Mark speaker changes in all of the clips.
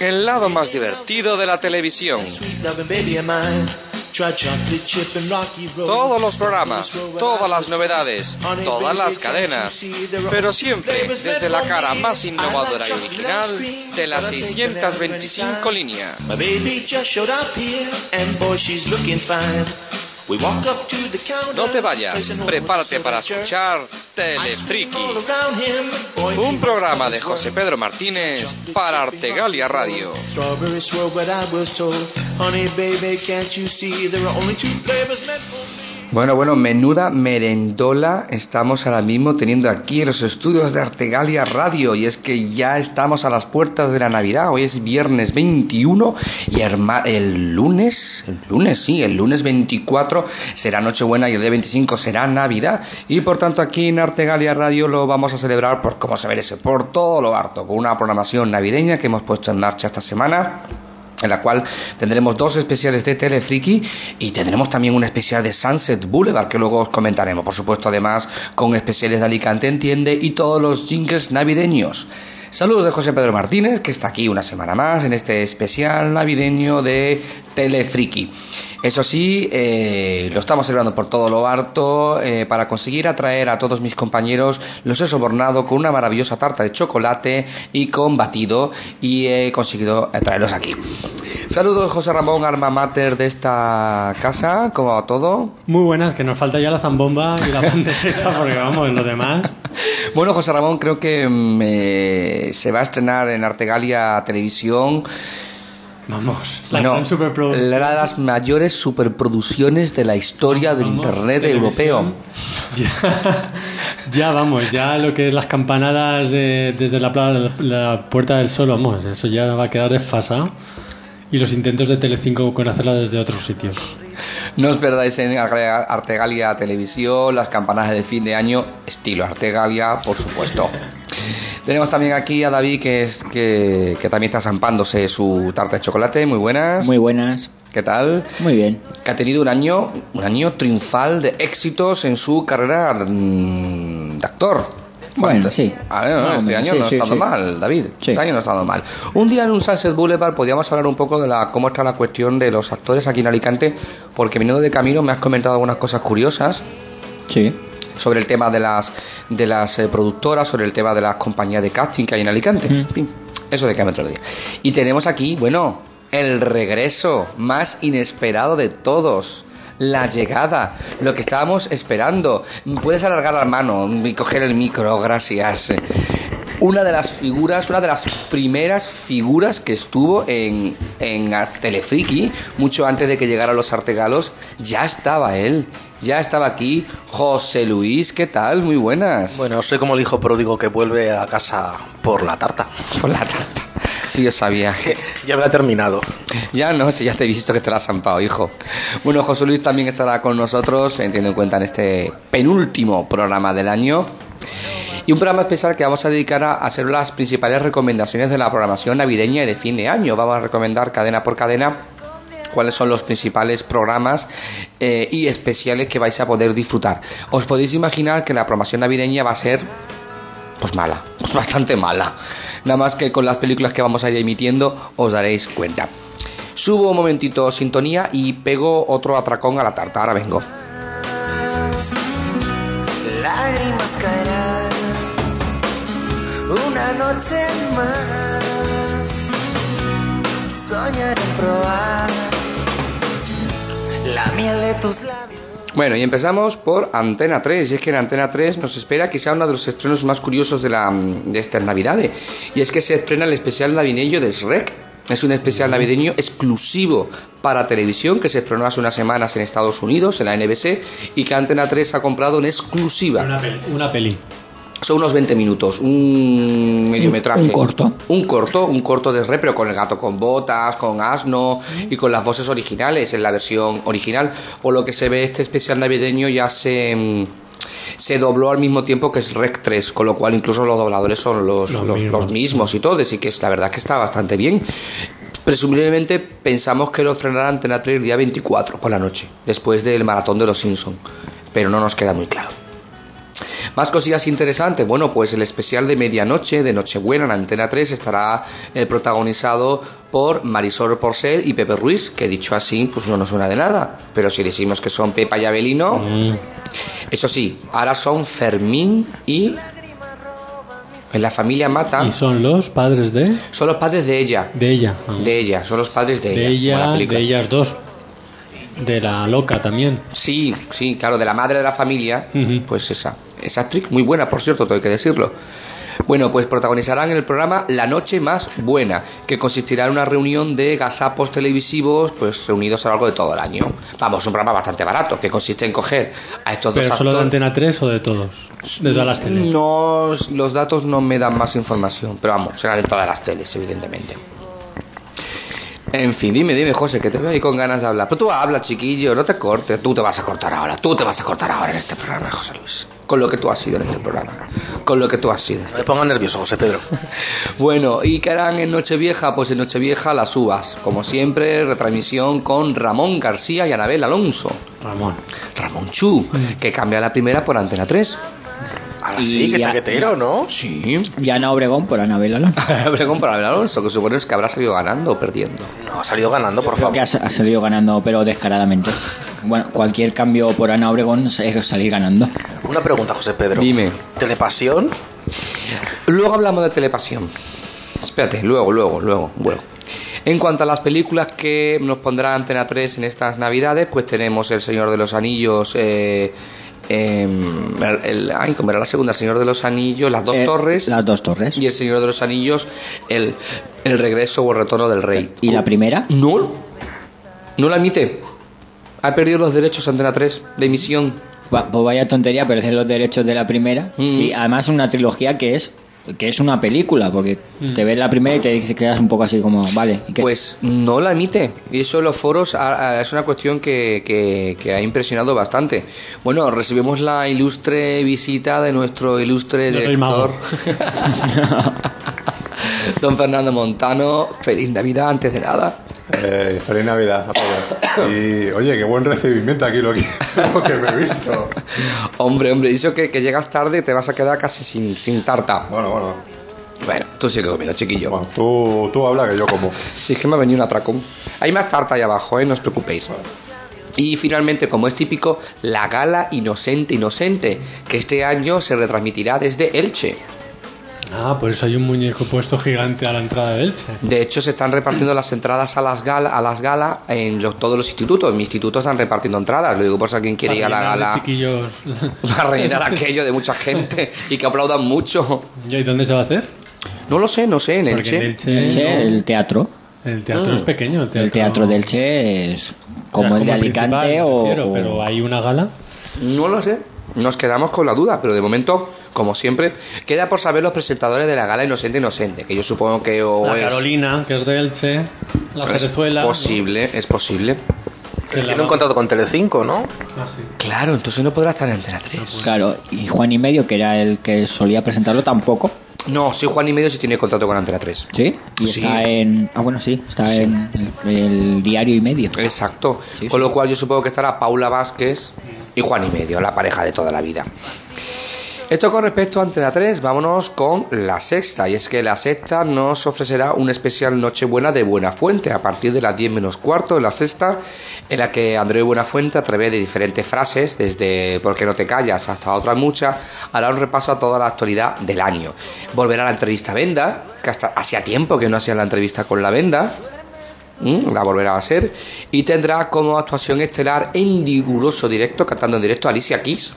Speaker 1: el lado más divertido de la televisión.
Speaker 2: Sweet loving baby of mine. Try chocolate chip and rocky roll.
Speaker 1: Todos los programas, todas las novedades, todas las cadenas, pero siempre desde la cara más innovadora y original de las 625 líneas.
Speaker 2: My baby just showed up here, and boy, she's looking fine. We walk up to the counter.
Speaker 1: No te vayas,
Speaker 2: place an order
Speaker 1: prepárate
Speaker 2: with
Speaker 1: para
Speaker 2: soda jerk.
Speaker 1: escuchar
Speaker 2: Ice cream
Speaker 1: Telefriki,
Speaker 2: all around him. Boy, he
Speaker 1: un
Speaker 2: must
Speaker 1: programa
Speaker 2: love
Speaker 1: de
Speaker 2: his
Speaker 1: José
Speaker 2: work.
Speaker 1: Pedro Martínez para Artegalia Radio.
Speaker 2: Strawberry swirl, what I was told. Honey, baby, can't you see there are only two flavors meant for
Speaker 3: Bueno, bueno, menuda merendola estamos ahora mismo teniendo aquí en los estudios de Artegalia Radio y es que ya estamos a las puertas de la Navidad, hoy es viernes 21 y herma- el lunes, el lunes sí, el lunes 24 será Nochebuena y el día 25 será Navidad y por tanto aquí en Artegalia Radio lo vamos a celebrar por como se merece, por todo lo harto, con una programación navideña que hemos puesto en marcha esta semana en la cual tendremos dos especiales de Telefriki y tendremos también un especial de Sunset Boulevard que luego os comentaremos, por supuesto, además con especiales de Alicante Entiende y todos los jingles navideños. Saludos de José Pedro Martínez, que está aquí una semana más en este especial navideño de Telefriki. Eso sí, eh, lo estamos celebrando por todo lo harto eh, para conseguir atraer a todos mis compañeros. Los he sobornado con una maravillosa tarta de chocolate y con batido y he conseguido traerlos aquí. Saludos José Ramón, alma mater de esta casa, como a todo.
Speaker 4: Muy buenas, que nos falta ya la zambomba y la pandereta, porque vamos, en lo demás.
Speaker 3: Bueno, José Ramón, creo que mm, eh, se va a estrenar en Artegalia Televisión
Speaker 4: Vamos, la
Speaker 3: Bueno,
Speaker 4: gran superproducción.
Speaker 3: la de las mayores superproducciones de la historia del
Speaker 4: Vamos,
Speaker 3: Internet
Speaker 4: televisión.
Speaker 3: europeo.
Speaker 4: Ya, ya vamos, ya lo que es las campanadas de- desde la, pla- la Puerta del Sol, vamos, eso ya va a quedar desfasado. Y los intentos de Telecinco con hacerla desde otros sitios.
Speaker 3: No os perdáis en Artegalia Artegalia Televisión, las campanadas de fin de año, estilo Artegalia, por supuesto. Tenemos también aquí a David, que es que, que también está zampándose su tarta de chocolate. Muy buenas.
Speaker 5: Muy buenas,
Speaker 3: ¿Qué tal?
Speaker 5: muy bien.
Speaker 3: Que ha tenido un año, un año triunfal de éxitos en su carrera mm, de actor.
Speaker 5: Bueno,
Speaker 3: ¿Cuánto?
Speaker 5: sí.
Speaker 3: A ver,
Speaker 5: Más o
Speaker 3: este
Speaker 5: menos,
Speaker 3: año
Speaker 5: sí,
Speaker 3: no ha
Speaker 5: sí,
Speaker 3: estado
Speaker 5: sí.
Speaker 3: mal, David.
Speaker 5: Sí.
Speaker 3: Este año no ha estado mal. Un día en un Sunset Boulevard podíamos hablar un poco de la, cómo está la cuestión de los actores aquí en Alicante, porque viniendo de camino me has comentado algunas cosas curiosas
Speaker 5: Sí.
Speaker 3: sobre el tema de las de las eh, productoras, sobre el tema de las compañías de casting que hay en Alicante.
Speaker 5: Ujú.
Speaker 3: En fin, Eso de que otro día. Y tenemos aquí, bueno, el regreso más inesperado de todos. La llegada, lo que estábamos esperando. Puedes alargar la mano y coger el micro, gracias. Una de las figuras, una de las primeras figuras que estuvo en, en Telefriki, mucho antes de que llegara los Artegalos, ya estaba él, ya estaba aquí. José Luis, ¿qué tal? Muy buenas.
Speaker 6: Bueno, soy como el hijo pródigo que vuelve a casa por la tarta.
Speaker 3: Por la tarta. Sí, yo sabía.
Speaker 6: ya habrá terminado.
Speaker 3: Ya no, si ya te he visto que te la has zampado, hijo. Bueno, José Luis también estará con nosotros, eh, teniendo en cuenta en este penúltimo programa del año. Y un programa especial que vamos a dedicar a hacer las principales recomendaciones de la programación navideña y de fin de año. Vamos a recomendar cadena por cadena cuáles son los principales programas eh, y especiales que vais a poder disfrutar. Os podéis imaginar que la programación navideña va a ser pues mala, pues bastante mala. Nada más que con las películas que vamos a ir emitiendo os daréis cuenta. Subo un momentito sintonía y pego otro atracón a la tarta. Ahora vengo.
Speaker 7: lágrimas caerán una noche más soñaré en probar la miel de tus labios
Speaker 3: Bueno, y empezamos por Antena 3. Y es que en Antena 3 nos espera que sea uno de los estrenos más curiosos de, la, mm, de estas Navidades. Y es que se estrena el especial navideño de Shrek. Es un especial navideño exclusivo para televisión que se estrenó hace unas semanas en Estados Unidos, en la NBC, y que Antena 3 ha comprado en exclusiva.
Speaker 4: Una peli. Una peli.
Speaker 3: Son unos 20 minutos, un mediometraje.
Speaker 5: Un corto.
Speaker 3: Un corto, un corto de re, pero con el gato con botas, con asno y con las voces originales en la versión original. Por lo que se ve, este especial navideño ya se. mm, Se dobló al mismo tiempo que es Rec 3, con lo cual incluso los dobladores son los,
Speaker 4: Los
Speaker 3: los-
Speaker 4: mismos.
Speaker 3: los mismos y todo, así que es- la verdad que está bastante bien. Presumiblemente pensamos que lo estrenará Antena 3 el día 24 por la noche, después del maratón de los Simpson, pero no nos queda muy claro. Más cosillas interesantes. Bueno, pues el especial de medianoche, de Nochebuena, en Antena 3, estará eh, protagonizado por Marisol Porcel y Pepe Ruiz, que dicho así, pues no nos suena de nada. Pero si decimos que son Pepa y Abelino,
Speaker 4: Mm,
Speaker 3: Ah. eso sí, ahora son Fermín y. En la familia Mata
Speaker 4: Y son los padres de,
Speaker 3: son los padres de ella.
Speaker 4: de ella. Ah.
Speaker 3: De ella, son los padres de ella.
Speaker 4: de,
Speaker 3: como la
Speaker 4: ella
Speaker 3: película.
Speaker 4: de ellas dos. De la loca también.
Speaker 3: Sí, sí, claro, de la madre de la familia,
Speaker 4: Ujú.
Speaker 3: pues esa. Esa actriz muy buena, por cierto, tengo que decirlo. Bueno, pues protagonizarán en el programa La Noche Más Buena, que consistirá en una reunión de gazapos televisivos, pues reunidos a lo largo de todo el año. Vamos, un programa bastante barato, que consiste en coger a estos
Speaker 4: ¿Pero
Speaker 3: dos
Speaker 4: solo de
Speaker 3: actores-
Speaker 4: Antena 3 o de todos? De todas las teles.
Speaker 3: no, los datos no me dan más información, pero vamos, será de todas las teles, evidentemente. En fin, dime, dime, José, que te veo ahí con ganas de hablar. Pero tú habla, chiquillo, no te cortes. Tú te vas a cortar ahora, tú te vas a cortar ahora en este programa, José Luis. Con lo que tú has sido en este programa. Con lo que tú has sido. en este
Speaker 6: No te pongas nervioso, José Pedro.
Speaker 3: bueno, ¿y qué harán en Nochevieja? Pues en Nochevieja las uvas. Como siempre, retransmisión con Ramón García y Anabel Alonso.
Speaker 4: Ramón.
Speaker 3: Ramón Chu, que cambia la primera por Antena 3.
Speaker 6: Ahora
Speaker 5: Y
Speaker 6: sí, que
Speaker 5: ya-
Speaker 6: chaquetero, ¿no?
Speaker 3: Oh, Sí.
Speaker 5: Y Ana Obregón por Anabel Alonso.
Speaker 3: Habrá comprado el Alonso, que supones que habrá salido ganando o perdiendo.
Speaker 6: No, ha salido ganando, por
Speaker 5: Creo
Speaker 6: favor.
Speaker 5: que ha, sa- ha salido ganando, pero descaradamente. Bueno, cualquier cambio por Ana Obregón es salir ganando.
Speaker 6: Una pregunta, José Pedro.
Speaker 3: Dime.
Speaker 6: ¿Telepasión?
Speaker 3: Luego hablamos de telepasión. Espérate, luego, luego, luego, luego. En cuanto a las películas que nos pondrá Antena 3 en estas navidades, pues tenemos El Señor de los Anillos, eh, em, el, el- ay, ¿cómo era la segunda? El Señor de los Anillos, Las Dos
Speaker 5: Eh,
Speaker 3: Torres
Speaker 5: Las dos torres.
Speaker 3: y El Señor de los Anillos, el, el Regreso o el Retorno del Rey.
Speaker 5: ¿Y la primera?
Speaker 3: No, no la emite. Ha perdido los derechos Antena 3 de emisión.
Speaker 5: Va- Pues vaya tontería perder los derechos de la primera.
Speaker 3: Mm.
Speaker 5: Sí, además una trilogía que es que es una película, porque
Speaker 4: Mm.
Speaker 5: te ves la primera y te dices- quedas un poco así como, vale. ¿y qué?
Speaker 3: Pues no la emite. Y eso en los foros ah, ah, es una cuestión que, que- que ha impresionado bastante. Bueno, recibimos la ilustre visita de nuestro ilustre
Speaker 4: Del Rey
Speaker 3: director,
Speaker 4: Mago.
Speaker 3: don Fernando Montano. Feliz Navidad antes de nada.
Speaker 8: Eh, feliz Navidad a todos. Y oye, qué buen recibimiento aquí lo que, lo que me he visto.
Speaker 3: Hombre, hombre, y eso que, que llegas tarde te vas a quedar casi sin, sin tarta.
Speaker 8: Bueno, bueno.
Speaker 3: Bueno, tú sigue comiendo, chiquillo.
Speaker 8: bueno, tú, tú habla que yo como.
Speaker 3: Si es que me ha venido un atracón. Hay más tarta ahí abajo, ¿eh? no os preocupéis. Y finalmente, como es típico, la gala Inocente Inocente, que este año se retransmitirá desde Elche.
Speaker 4: Ah, por eso hay un muñeco puesto gigante a la entrada de Elche.
Speaker 3: De hecho, se están repartiendo las entradas a las galas, a las galas en los- todos los institutos. En mi instituto están repartiendo entradas. Lo digo por si alguien quiere ir a la
Speaker 4: Para llenar de
Speaker 3: gala.
Speaker 4: Chiquillos.
Speaker 3: Para rellenar aquello de mucha gente y que aplaudan mucho.
Speaker 4: ¿Y ahí dónde se va a hacer?
Speaker 3: No lo sé, no sé, en
Speaker 4: Porque en
Speaker 3: Elche.
Speaker 4: Elche,
Speaker 5: el, Che,
Speaker 4: no.
Speaker 5: el teatro.
Speaker 4: El teatro
Speaker 3: Mm.
Speaker 4: es pequeño.
Speaker 5: El teatro del Che es como
Speaker 4: o sea,
Speaker 5: el de
Speaker 4: principal,
Speaker 5: Alicante
Speaker 4: me
Speaker 5: o,
Speaker 4: refiero,
Speaker 5: o-
Speaker 4: Pero hay una gala.
Speaker 3: No lo sé. Nos quedamos con la duda, pero de momento, como siempre, queda por saber los presentadores de la gala Inocente Inocente, que yo supongo que o
Speaker 4: la
Speaker 3: es,
Speaker 4: Carolina, que es de Elche. La
Speaker 3: es
Speaker 4: Venezuela.
Speaker 3: posible, es posible.
Speaker 6: Tiene un contrato con Telecinco, ¿no?
Speaker 4: Ah,
Speaker 3: Claro, entonces no podrá estar en Antena
Speaker 4: pues,
Speaker 3: 3.
Speaker 5: Claro, y Juan y Medio, que era el que solía presentarlo, tampoco.
Speaker 3: No, sí, Juan y Medio sí tiene contrato con Antena 3.
Speaker 5: ¿Sí? Y
Speaker 3: Pues Sí.
Speaker 5: está en. Ah, bueno, sí, está en el, el diario y medio.
Speaker 3: Exacto.
Speaker 5: Sí,
Speaker 3: Con
Speaker 5: sí.
Speaker 3: lo cual yo supongo que estará Paula Vázquez y Juan y Medio, la pareja de toda la vida. Esto con respecto a Antena 3, vámonos con la sexta. Y es que la sexta nos ofrecerá un especial Nochebuena de Buenafuente a partir de las 10 menos cuarto en la sexta, en la que Andrés Buenafuente, a través de diferentes frases, desde ¿Por qué no te callas? hasta otras muchas, hará un repaso a toda la actualidad del año. Volverá a la entrevista a Venda, que hasta hacía tiempo que no hacía la entrevista con la Venda. Mm, la volverá a hacer y tendrá como actuación estelar en riguroso directo cantando en directo a Alicia Keys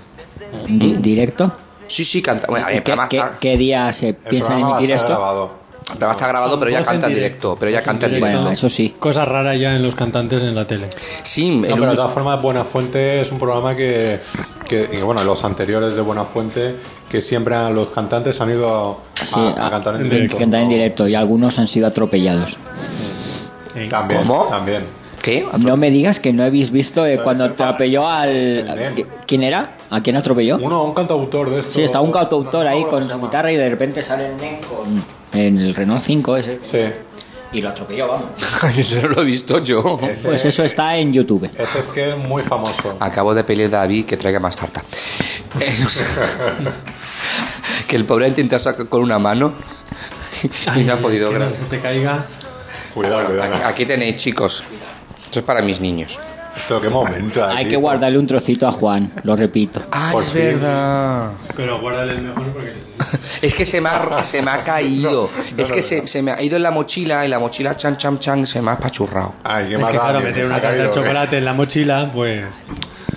Speaker 5: Di- ¿Directo?
Speaker 3: sí sí canta Eh, mm. bueno, a ver,
Speaker 5: ¿Qué,
Speaker 3: además
Speaker 5: qué-
Speaker 3: está-
Speaker 5: qué día se
Speaker 8: El
Speaker 5: piensa
Speaker 8: programa va a
Speaker 5: emitir
Speaker 8: estar
Speaker 5: esto?
Speaker 8: grabado.
Speaker 3: Pero está grabado, pero ya
Speaker 4: Voz en
Speaker 3: canta en
Speaker 4: directo,
Speaker 3: directo. Pero ya
Speaker 4: voz en
Speaker 3: canta en
Speaker 4: directo.
Speaker 5: Bueno,
Speaker 3: directo.
Speaker 5: eso sí.
Speaker 4: Cosa rara ya en los cantantes en la tele.
Speaker 3: Sí, el
Speaker 8: No, pero de
Speaker 3: único-
Speaker 8: todas formas, Buena Fuente es un programa que, que- y bueno, los anteriores de Buena Fuente, que siempre a los cantantes han ido a,
Speaker 5: Sí,
Speaker 8: a
Speaker 5: a-
Speaker 8: cantar en
Speaker 4: en
Speaker 8: directo.
Speaker 5: Cantan en directo y algunos han sido atropellados.
Speaker 4: Sí.
Speaker 8: También,
Speaker 3: ¿Cómo?
Speaker 8: también.
Speaker 3: ¿Qué?
Speaker 5: No me digas que no habéis visto eh,
Speaker 8: Puede
Speaker 5: cuando
Speaker 8: ser para-
Speaker 5: atropelló al...
Speaker 8: Muy bien.
Speaker 5: ¿Quién era? ¿A quién atropelló?
Speaker 8: Uno, un cantautor de estos.
Speaker 5: Sí, está un
Speaker 8: No,
Speaker 5: cautautor
Speaker 8: no,
Speaker 5: ahí
Speaker 8: ¿cómo
Speaker 5: con
Speaker 8: se
Speaker 5: su
Speaker 8: llama?
Speaker 5: guitarra y de repente sale el Nen con... En el Renault 5 ese.
Speaker 8: Sí.
Speaker 5: Y lo atropelló, vamos.
Speaker 3: Eso no lo he visto yo.
Speaker 8: Ese,
Speaker 5: Pues eso está en YouTube.
Speaker 8: ese es que es muy famoso.
Speaker 3: Acabo de pedir a David que traiga más tarta. Eh, no sé. que el pobre ha intentado sacar con una mano y no ha
Speaker 4: Ay,
Speaker 3: podido.
Speaker 4: que no
Speaker 3: gracias.
Speaker 4: se te caiga.
Speaker 8: Cuidado, cuidado.
Speaker 3: Aquí, aquí tenéis, chicos. Esto es para mis niños.
Speaker 8: Esto, qué momento.
Speaker 5: Hay
Speaker 8: aquí.
Speaker 5: que guardarle un trocito a Juan, lo repito.
Speaker 3: Ah,
Speaker 8: Por
Speaker 3: es
Speaker 8: fin.
Speaker 3: verdad.
Speaker 4: Pero guárdale el mejor porque...
Speaker 3: Es que se me ha, se me ha caído.
Speaker 8: No,
Speaker 3: es
Speaker 8: no,
Speaker 3: que
Speaker 8: no,
Speaker 3: se,
Speaker 8: no.
Speaker 3: se me ha ido en la mochila y la mochila chan, chan, chan se me ha pachurrado.
Speaker 8: Ay, qué
Speaker 4: es
Speaker 8: más
Speaker 4: que
Speaker 8: da,
Speaker 4: claro,
Speaker 8: bien,
Speaker 4: meter
Speaker 8: se
Speaker 4: una
Speaker 8: ha
Speaker 4: tarta de
Speaker 8: caído, ¿qué?
Speaker 4: chocolate en la mochila, pues...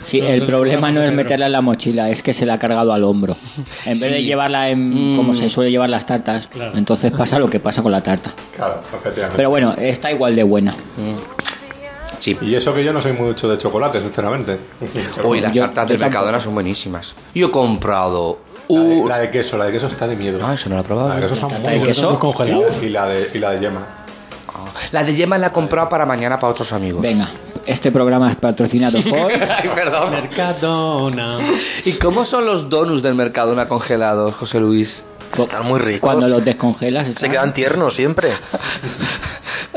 Speaker 5: Sí,
Speaker 4: No,
Speaker 5: el
Speaker 4: no,
Speaker 5: problema
Speaker 4: no,
Speaker 5: no es
Speaker 4: no,
Speaker 5: meterla en la mochila, es que se la ha cargado al hombro. En vez de
Speaker 3: Sí.
Speaker 5: llevarla en,
Speaker 3: Mm.
Speaker 5: como se suele llevar las tartas,
Speaker 4: Claro.
Speaker 5: entonces pasa lo que pasa con la tarta.
Speaker 8: Claro, efectivamente.
Speaker 5: Pero bueno, está igual de buena.
Speaker 3: Sí.
Speaker 8: Y eso que yo no soy mucho de chocolate, sinceramente.
Speaker 3: Uy, las
Speaker 5: Yo-
Speaker 3: tartas
Speaker 5: yo
Speaker 3: del Mercadona son buenísimas. Yo he comprado
Speaker 8: La de,
Speaker 3: un...
Speaker 8: la de queso, la de queso está de miedo.
Speaker 3: Ah, eso no lo he probado.
Speaker 8: La de queso
Speaker 5: La
Speaker 8: está
Speaker 5: tarta
Speaker 8: muy
Speaker 5: de
Speaker 8: buena.
Speaker 5: queso.
Speaker 4: congelado.
Speaker 8: Y la de, y la de yema.
Speaker 3: La de yema la he comprado para mañana para otros amigos.
Speaker 5: Venga, este programa es patrocinado por...
Speaker 3: Ay, perdón.
Speaker 4: Mercadona.
Speaker 3: ¿Y cómo son los donuts del Mercadona congelados, José Luis?
Speaker 6: Están muy ricos.
Speaker 5: Cuando los descongelas,
Speaker 6: Se
Speaker 5: están-
Speaker 6: quedan tiernos siempre.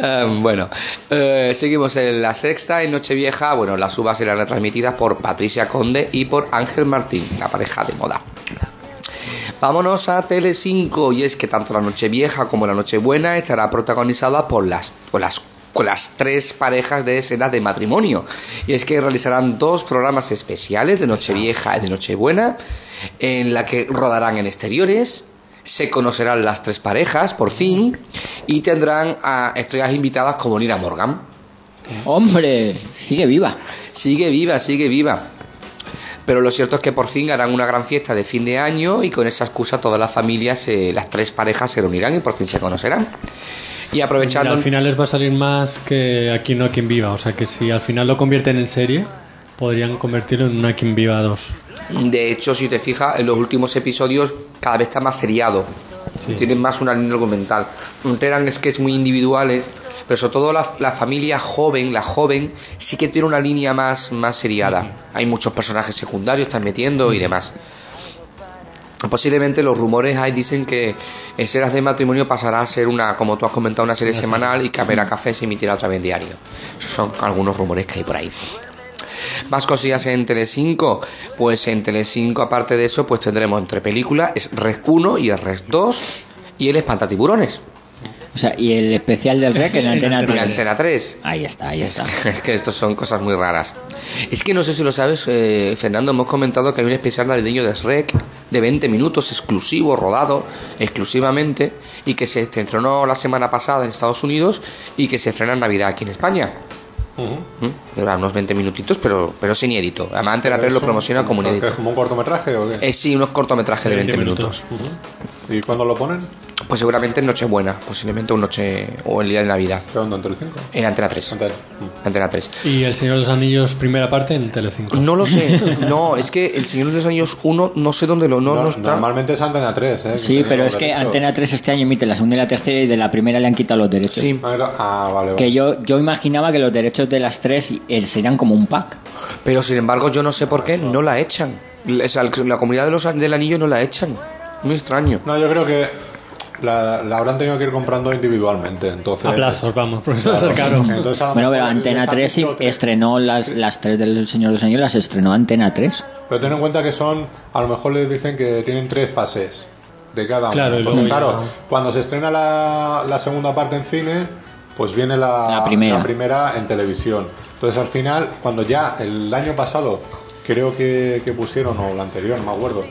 Speaker 3: Eh, bueno, eh, seguimos en la sexta, en Nochevieja. Bueno, las uvas serán retransmitidas por Patricia Conde y por Ángel Martín, la pareja de moda. Vámonos a Tele5 y es que tanto la Nochevieja como la Nochebuena estará protagonizada por las, por las con las tres parejas de escenas de matrimonio. Y es que realizarán dos programas especiales de Nochevieja y de Nochebuena, en la que rodarán en exteriores, se conocerán las tres parejas, por fin, y tendrán a estrellas invitadas como Nina Morgan.
Speaker 5: ¡Hombre! Sigue viva.
Speaker 3: Sigue viva, sigue viva. Pero lo cierto es que por fin harán una gran fiesta de fin de año y con esa excusa todas las familias, se- las tres parejas se reunirán y por fin se conocerán. Y
Speaker 4: Mira,
Speaker 3: aprovechando...
Speaker 4: al final les va a salir más que Aquí no a quien viva. O sea que si al final lo convierten en serie, podrían convertirlo en una quien viva 2.
Speaker 3: De hecho, si te fijas, en los últimos episodios cada vez está más seriado.
Speaker 4: Sí.
Speaker 3: Tienen más una línea argumental. Eran sketches muy individuales, pero sobre todo la, la familia joven, la joven, sí que tiene una línea más, más seriada. Hay muchos personajes secundarios, están metiendo y demás. Posiblemente los rumores hay dicen que Escenas de Matrimonio pasará a ser una, como tú has comentado, una serie semanal y Camera Café se emitirá otra vez diario. Esos son algunos rumores que hay por ahí. Más cosillas en Telecinco, pues en Telecinco aparte de eso, pues tendremos entre películas es Res 1 y el Res 2 y el Espantatiburones,
Speaker 5: O sea, y el especial del rec en Antena
Speaker 3: y
Speaker 5: 3.
Speaker 3: Antena 3.
Speaker 5: Ahí está, ahí está.
Speaker 3: Es que estos son cosas muy raras. Es que no sé si lo sabes, eh, Fernando, hemos comentado que hay un especial navideño de Shrek de 20 minutos exclusivo, rodado exclusivamente, y que se estrenó la semana pasada en Estados Unidos y que se estrena en Navidad aquí en España. ¿Mm? Dura unos 20 minutitos, pero, pero es inédito. Además, Antena 3 lo promociona como
Speaker 8: ¿Es
Speaker 3: inédito.
Speaker 8: como un cortometraje o qué?
Speaker 3: Eh, sí, unos cortometrajes de 20 minutos.
Speaker 8: ¿Y cuándo lo ponen?
Speaker 3: Pues seguramente en Nochebuena, posiblemente un noche o el día de Navidad.
Speaker 8: ¿Qué onda? ¿Entre el 5?
Speaker 3: En Antena 3. Antena 3.
Speaker 4: Y El Señor de los Anillos, primera parte en Telecinco.
Speaker 3: No lo sé, no, es que el Señor de los Anillos 1 no sé dónde lo no, no está.
Speaker 8: Normalmente es Antena 3, ¿eh?
Speaker 5: Sí, pero es que Antena 3 este año emite la segunda y la tercera y de la primera le han quitado los derechos.
Speaker 3: Sí.
Speaker 8: Ah, era- ah, vale, vale.
Speaker 5: Que yo, yo imaginaba que los derechos de las tres y- eh, serían como un pack.
Speaker 3: Pero sin embargo, yo no sé por qué no la echan. O sea, el- la comunidad de los, del anillo no la echan. Muy extraño.
Speaker 8: No, yo creo que la, la habrán tenido que ir comprando individualmente, entonces...
Speaker 4: A plazos, vamos, porque eso va a
Speaker 8: Claro.
Speaker 4: ser caro.
Speaker 8: Entonces, a lo
Speaker 5: Bueno, pero
Speaker 8: mejor les
Speaker 5: Antena
Speaker 8: han
Speaker 5: 3
Speaker 8: hecho tres.
Speaker 5: estrenó las, las tres del Señor de los Anillos, las estrenó Antena 3.
Speaker 8: Pero ten en cuenta que son, a lo mejor les dicen que tienen tres pases de cada uno.
Speaker 4: Claro, y
Speaker 8: Entonces,
Speaker 4: luego ya-
Speaker 8: claro, cuando se estrena la, la segunda parte en cine, pues viene la,
Speaker 5: La primera.
Speaker 8: en televisión. Entonces al final, cuando ya el año pasado, creo que, que pusieron, o la anterior, no me acuerdo,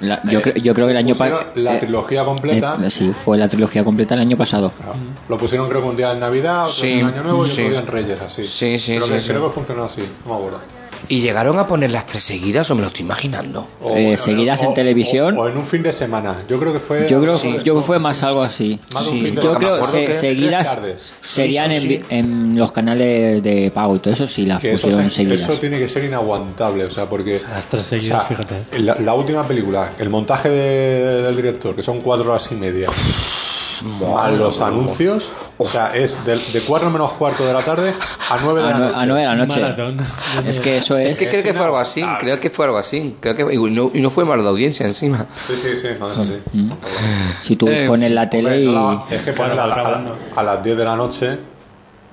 Speaker 5: La- yo, cre- yo creo que el año
Speaker 8: Eh, pusieron
Speaker 5: pasado.
Speaker 8: la trilogía completa,
Speaker 5: eh, sí, fue la trilogía completa el año pasado.
Speaker 8: claro, lo pusieron creo que un día en Navidad, otro
Speaker 3: Sí,
Speaker 8: día en Año Nuevo y
Speaker 3: sí.
Speaker 8: otro día en Reyes, así.
Speaker 3: Sí, sí,
Speaker 8: creo
Speaker 3: sí,
Speaker 8: que,
Speaker 3: sí.
Speaker 8: creo que funcionó así, no me acuerdo.
Speaker 3: Y llegaron a poner las tres seguidas, o me lo estoy imaginando.
Speaker 8: O,
Speaker 5: Eh, seguidas en televisión.
Speaker 8: O, o en un fin de semana. Yo creo que fue.
Speaker 5: Yo creo,
Speaker 8: sí,
Speaker 5: yo creo que fue más algo así.
Speaker 8: Más de un
Speaker 5: Sí.
Speaker 8: fin de
Speaker 5: Yo
Speaker 8: semana. Me
Speaker 5: creo
Speaker 8: acuerdo
Speaker 5: se-
Speaker 8: que tres
Speaker 5: seguidas
Speaker 8: tardes.
Speaker 5: serían
Speaker 3: Sí, sí,
Speaker 5: en, en los canales de pago y todo eso, sí las
Speaker 8: que eso,
Speaker 5: Ah, pusieron
Speaker 8: se-
Speaker 5: seguidas.
Speaker 8: eso tiene que ser inaguantable, o sea, porque.
Speaker 4: Las tres seguidas,
Speaker 8: o sea,
Speaker 4: fíjate.
Speaker 8: La, la última película, el montaje de- del director, que son cuatro horas y media, más los anuncios, o sea, es de, de cuatro menos cuarto de la tarde a nueve de
Speaker 5: A,
Speaker 8: la
Speaker 5: nue-
Speaker 8: noche.
Speaker 5: a nueve de la noche.
Speaker 4: Maratón.
Speaker 5: Es que eso
Speaker 3: Es
Speaker 5: es.
Speaker 3: que creo que fue algo así, creo que fue algo así. Creo que, y, no, y no fue mal de audiencia encima.
Speaker 8: Sí, sí, sí, no es así.
Speaker 5: Mm. Si tú
Speaker 3: Eh,
Speaker 5: pones la tele y.
Speaker 8: Hombre, no la- es que ponerla a, la- a las 10 de la noche,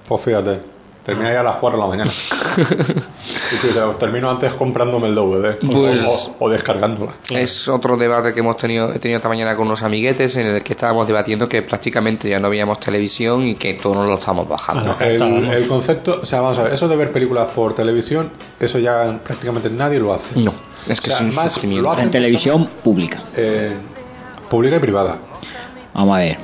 Speaker 8: pues fíjate, termina ya a las 4 de la mañana. y tú dices, termino antes comprándome el DVD o-
Speaker 3: Pues-
Speaker 8: o, o descargándolo.
Speaker 3: Es otro debate que hemos tenido, he tenido esta mañana con unos amiguetes en el que estábamos debatiendo que prácticamente ya no veíamos televisión y que todo nos lo estamos bajando.
Speaker 4: Ah, está,
Speaker 8: El,
Speaker 4: vamos.
Speaker 8: el concepto, o sea, vamos a ver, eso de ver películas por televisión, eso ya prácticamente nadie lo hace.
Speaker 5: Mm.
Speaker 3: No, es que
Speaker 8: O sea,
Speaker 3: es un
Speaker 8: más
Speaker 3: sufrimiento.
Speaker 8: lo hacen
Speaker 5: En televisión pública.
Speaker 8: eh, pública y privada.
Speaker 5: Vamos a ver.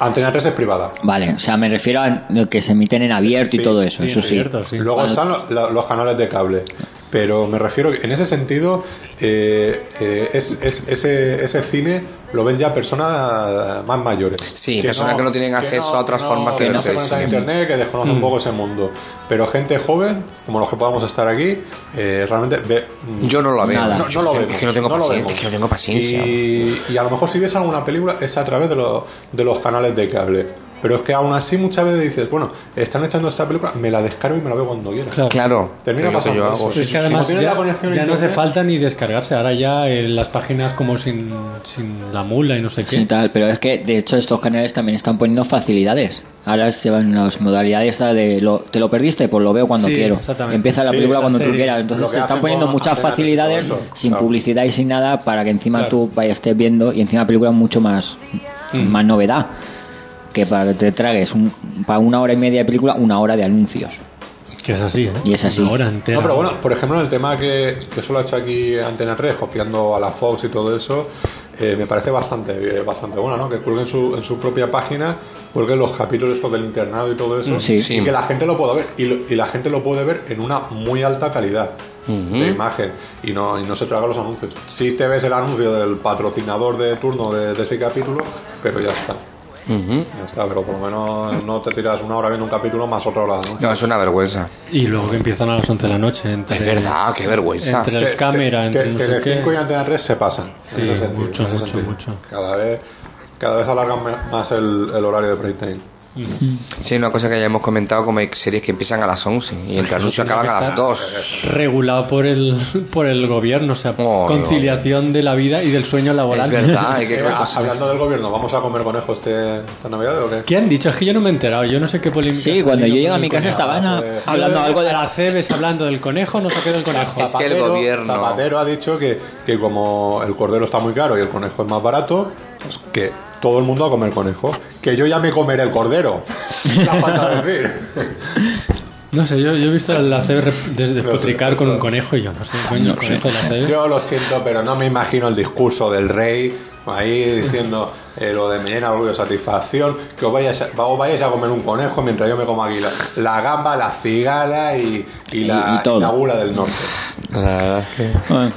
Speaker 8: Antena 3 es privada.
Speaker 5: Vale, o sea, me refiero a lo que se emiten en abierto
Speaker 8: sí,
Speaker 5: y todo eso,
Speaker 4: Sí,
Speaker 5: eso
Speaker 4: es
Speaker 5: sí.
Speaker 4: cierto, Pues sí.
Speaker 3: Ah,
Speaker 8: Luego
Speaker 5: Cuando-
Speaker 8: están lo- la- los canales de cable. Pero me refiero que en ese sentido, eh, eh, es, es- ese, ese cine lo ven ya personas más mayores.
Speaker 3: Sí, personas que no tienen acceso a otras formas
Speaker 8: que
Speaker 3: de
Speaker 8: no
Speaker 3: ver
Speaker 8: se conectan a
Speaker 3: televisión.
Speaker 8: internet, que desconocen un poco ese mundo. Pero gente joven, como los que podamos estar aquí, eh, realmente ve,
Speaker 3: Yo no lo veo.
Speaker 5: Nada.
Speaker 8: no, no lo vemos.
Speaker 3: Es que no tengo
Speaker 8: lo
Speaker 3: paciencia,
Speaker 8: vemos.
Speaker 3: es que no tengo paciencia.
Speaker 8: Y, y a lo mejor si ves alguna película es a través de, los- de los canales de cable. Pero es que aún así muchas veces dices, bueno, están echando esta película, me la descargo y me la veo cuando quiera.
Speaker 4: Claro.
Speaker 3: Claro,
Speaker 8: Termina
Speaker 3: es lo que
Speaker 8: pasando
Speaker 3: yo
Speaker 8: eso.
Speaker 3: hago.
Speaker 8: Sí,
Speaker 4: Pero es
Speaker 8: sí,
Speaker 4: que
Speaker 8: sí.
Speaker 4: además
Speaker 8: Como tiene
Speaker 4: ya,
Speaker 8: la conexión a
Speaker 4: ya no hace
Speaker 8: internet.
Speaker 4: falta ni descargarse. Ahora ya eh, las páginas como sin, sin la mula y no sé qué.
Speaker 5: Sí, tal, pero es que de hecho estos canales también están poniendo facilidades. Ahora se van las modalidades esa de lo, te lo perdiste, pues lo veo cuando
Speaker 4: Sí,
Speaker 5: quiero.
Speaker 4: exactamente.
Speaker 5: Empieza la
Speaker 8: Sí,
Speaker 5: película
Speaker 4: las
Speaker 5: cuando tú
Speaker 4: series.
Speaker 5: quieras.
Speaker 8: Lo
Speaker 5: Entonces
Speaker 8: que
Speaker 5: te
Speaker 8: hacen
Speaker 5: están poniendo
Speaker 8: con
Speaker 5: muchas
Speaker 8: Antena tres y
Speaker 5: facilidades
Speaker 8: todo eso,
Speaker 5: sin
Speaker 8: claro.
Speaker 5: publicidad y sin nada para que encima
Speaker 4: Claro.
Speaker 5: tú vayas estés viendo y encima la película es mucho más, más novedad. Que para que te tragues un- para una hora y media de película, una hora de anuncios.
Speaker 4: Que es así, ¿eh?
Speaker 5: Y es así.
Speaker 4: Una hora entera.
Speaker 8: No, pero bueno, por ejemplo, en el tema que, que solo ha hecho aquí Antena 3, copiando a la Fox y todo eso, eh, me parece bastante eh, bastante bueno, ¿no? Que cuelguen su, en su propia página, cuelguen los capítulos estos del internado y todo eso,
Speaker 5: Sí.
Speaker 3: Sí.
Speaker 8: y que la gente lo pueda ver, y, lo- y la gente lo puede ver en una muy alta calidad de
Speaker 3: Mm.
Speaker 8: imagen, y no, y no se traga los anuncios. Sí te ves el anuncio del patrocinador de turno de, de ese capítulo, pero ya está.
Speaker 3: Ujú.
Speaker 8: Ya está, pero por lo menos no te tiras una hora viendo un capítulo más otra hora de anuncio.
Speaker 3: No, es una vergüenza.
Speaker 4: Y luego que empiezan a las 11 de la noche. Entre,
Speaker 3: Es verdad, qué vergüenza.
Speaker 4: Entre las
Speaker 8: Te-
Speaker 4: cámaras, entre
Speaker 8: te- te-
Speaker 4: no sé qué.
Speaker 8: Telecinco y Antena 3 se pasan. en
Speaker 4: Sí,
Speaker 8: ese sentido,
Speaker 4: mucho,
Speaker 8: en ese
Speaker 4: mucho,
Speaker 8: sentido.
Speaker 4: mucho.
Speaker 8: Cada vez, cada vez alargan me- más el, el horario de prime time.
Speaker 3: Sí, una cosa que ya hemos comentado como hay series que empiezan a las 11 y el anuncio
Speaker 4: tiene
Speaker 3: acaban
Speaker 4: que
Speaker 3: a las
Speaker 4: estar-
Speaker 3: 2.
Speaker 4: Regulado por el, por el gobierno, o sea,
Speaker 3: Oh,
Speaker 4: conciliación de la vida y del sueño laboral.
Speaker 3: Es verdad, hay que
Speaker 8: Eh, a- hablando del gobierno, ¿vamos a comer conejos este, esta Navidad o qué?
Speaker 4: ¿Qué han dicho? Es que yo no me he enterado. Yo no sé qué polémica.
Speaker 5: Sí,
Speaker 4: ha
Speaker 5: cuando yo
Speaker 4: salido
Speaker 5: llegué
Speaker 4: con
Speaker 5: a
Speaker 4: el
Speaker 5: mi casa
Speaker 4: conejo.
Speaker 5: estaban ah,
Speaker 8: joder.
Speaker 5: hablando algo de la...
Speaker 4: la Cebes hablando del conejo, no se ha quedado el conejo.
Speaker 3: Es que el gobierno-
Speaker 8: Zapatero ha dicho que, que como el cordero está muy caro y el conejo es más barato, pues que todo el mundo a comer conejo. Que yo ya me comeré el cordero. Ya falta decir.
Speaker 4: No sé, yo, yo he visto a la Cebes rep- des- despotricar con un conejo y yo no sé, coño, el conejo de la
Speaker 5: ¿Eh?
Speaker 4: Cebes.
Speaker 8: Yo lo siento, pero no me imagino el discurso del rey ahí diciendo eh, lo de me llena de orgullo y satisfacción, que os vayáis, a, os vayáis a comer un conejo mientras yo me como aquí la, la gamba, la cigala y, y
Speaker 5: Y-
Speaker 8: la,
Speaker 5: y todo.
Speaker 8: y la gula del norte.
Speaker 5: Ah,
Speaker 8: ¿sabes?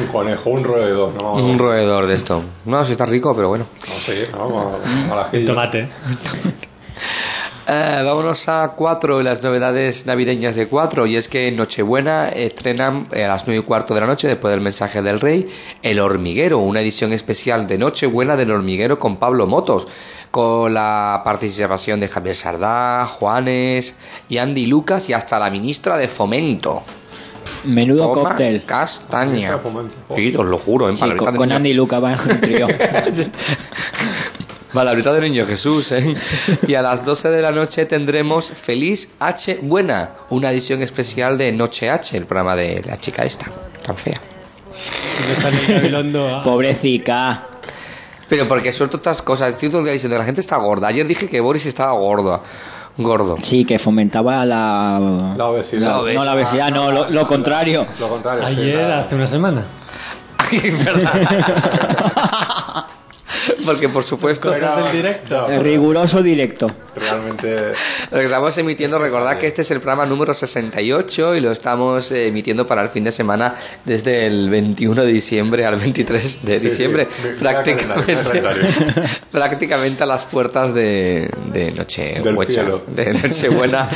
Speaker 8: Un conejo, un roedor, ¿no?
Speaker 3: Un roedor de esto. No, si está rico, pero bueno.
Speaker 8: No sé, ¿no? A- a la
Speaker 4: El
Speaker 8: gente.
Speaker 4: tomate.
Speaker 3: Eh, vámonos a 4, las novedades navideñas de 4. Y es que en Nochebuena estrenan eh, a las 9 y cuarto de la noche, después del mensaje del rey, El Hormiguero, una edición especial de Nochebuena del Hormiguero con Pablo Motos, con la participación de Javier Sardá, Juanes y Andy Lucas y hasta la ministra de Fomento.
Speaker 5: Menudo
Speaker 3: Toma
Speaker 5: cóctel.
Speaker 3: Castaña.
Speaker 8: Ministra de Fomento.
Speaker 3: Sí, os lo juro, ¿eh? en
Speaker 5: Sí,
Speaker 3: palabritas
Speaker 5: con,
Speaker 3: de
Speaker 5: con
Speaker 3: niño-
Speaker 5: Andy y Luca van un trío.
Speaker 3: Palabrita del niño Jesús, ¿eh? Y a las 12 de la noche tendremos Feliz H Buena, una edición especial de Noche H, el programa de la chica esta, tan fea.
Speaker 4: Y no está ni cavilando a-
Speaker 5: Pobrecica.
Speaker 3: Pero porque suelto estas cosas, estoy todo el día diciendo, la gente está gorda. Ayer dije que Boris estaba gordo, gordo.
Speaker 5: Sí, que fomentaba la...
Speaker 8: La
Speaker 5: la-
Speaker 8: obesidad.
Speaker 3: La
Speaker 5: no, la obesidad, no, lo, lo contrario.
Speaker 8: Lo contrario. sí,
Speaker 4: Ayer,
Speaker 8: la-
Speaker 4: hace una semana.
Speaker 3: Ay, ¿verdad? porque por supuesto
Speaker 8: Era-
Speaker 4: del directo.
Speaker 8: no,
Speaker 5: Riguroso directo.
Speaker 8: Realmente.
Speaker 3: lo que estamos emitiendo, recordad que este es el programa número 68 y lo estamos eh, emitiendo para el fin de semana desde el 21 de diciembre al 23 de
Speaker 8: Sí, sí,
Speaker 3: diciembre,
Speaker 8: me- me da
Speaker 3: prácticamente,
Speaker 8: calendario, me da
Speaker 3: prácticamente a las puertas de, de Noche
Speaker 8: Del
Speaker 3: Huecha,
Speaker 8: cielo.
Speaker 3: de Nochebuena.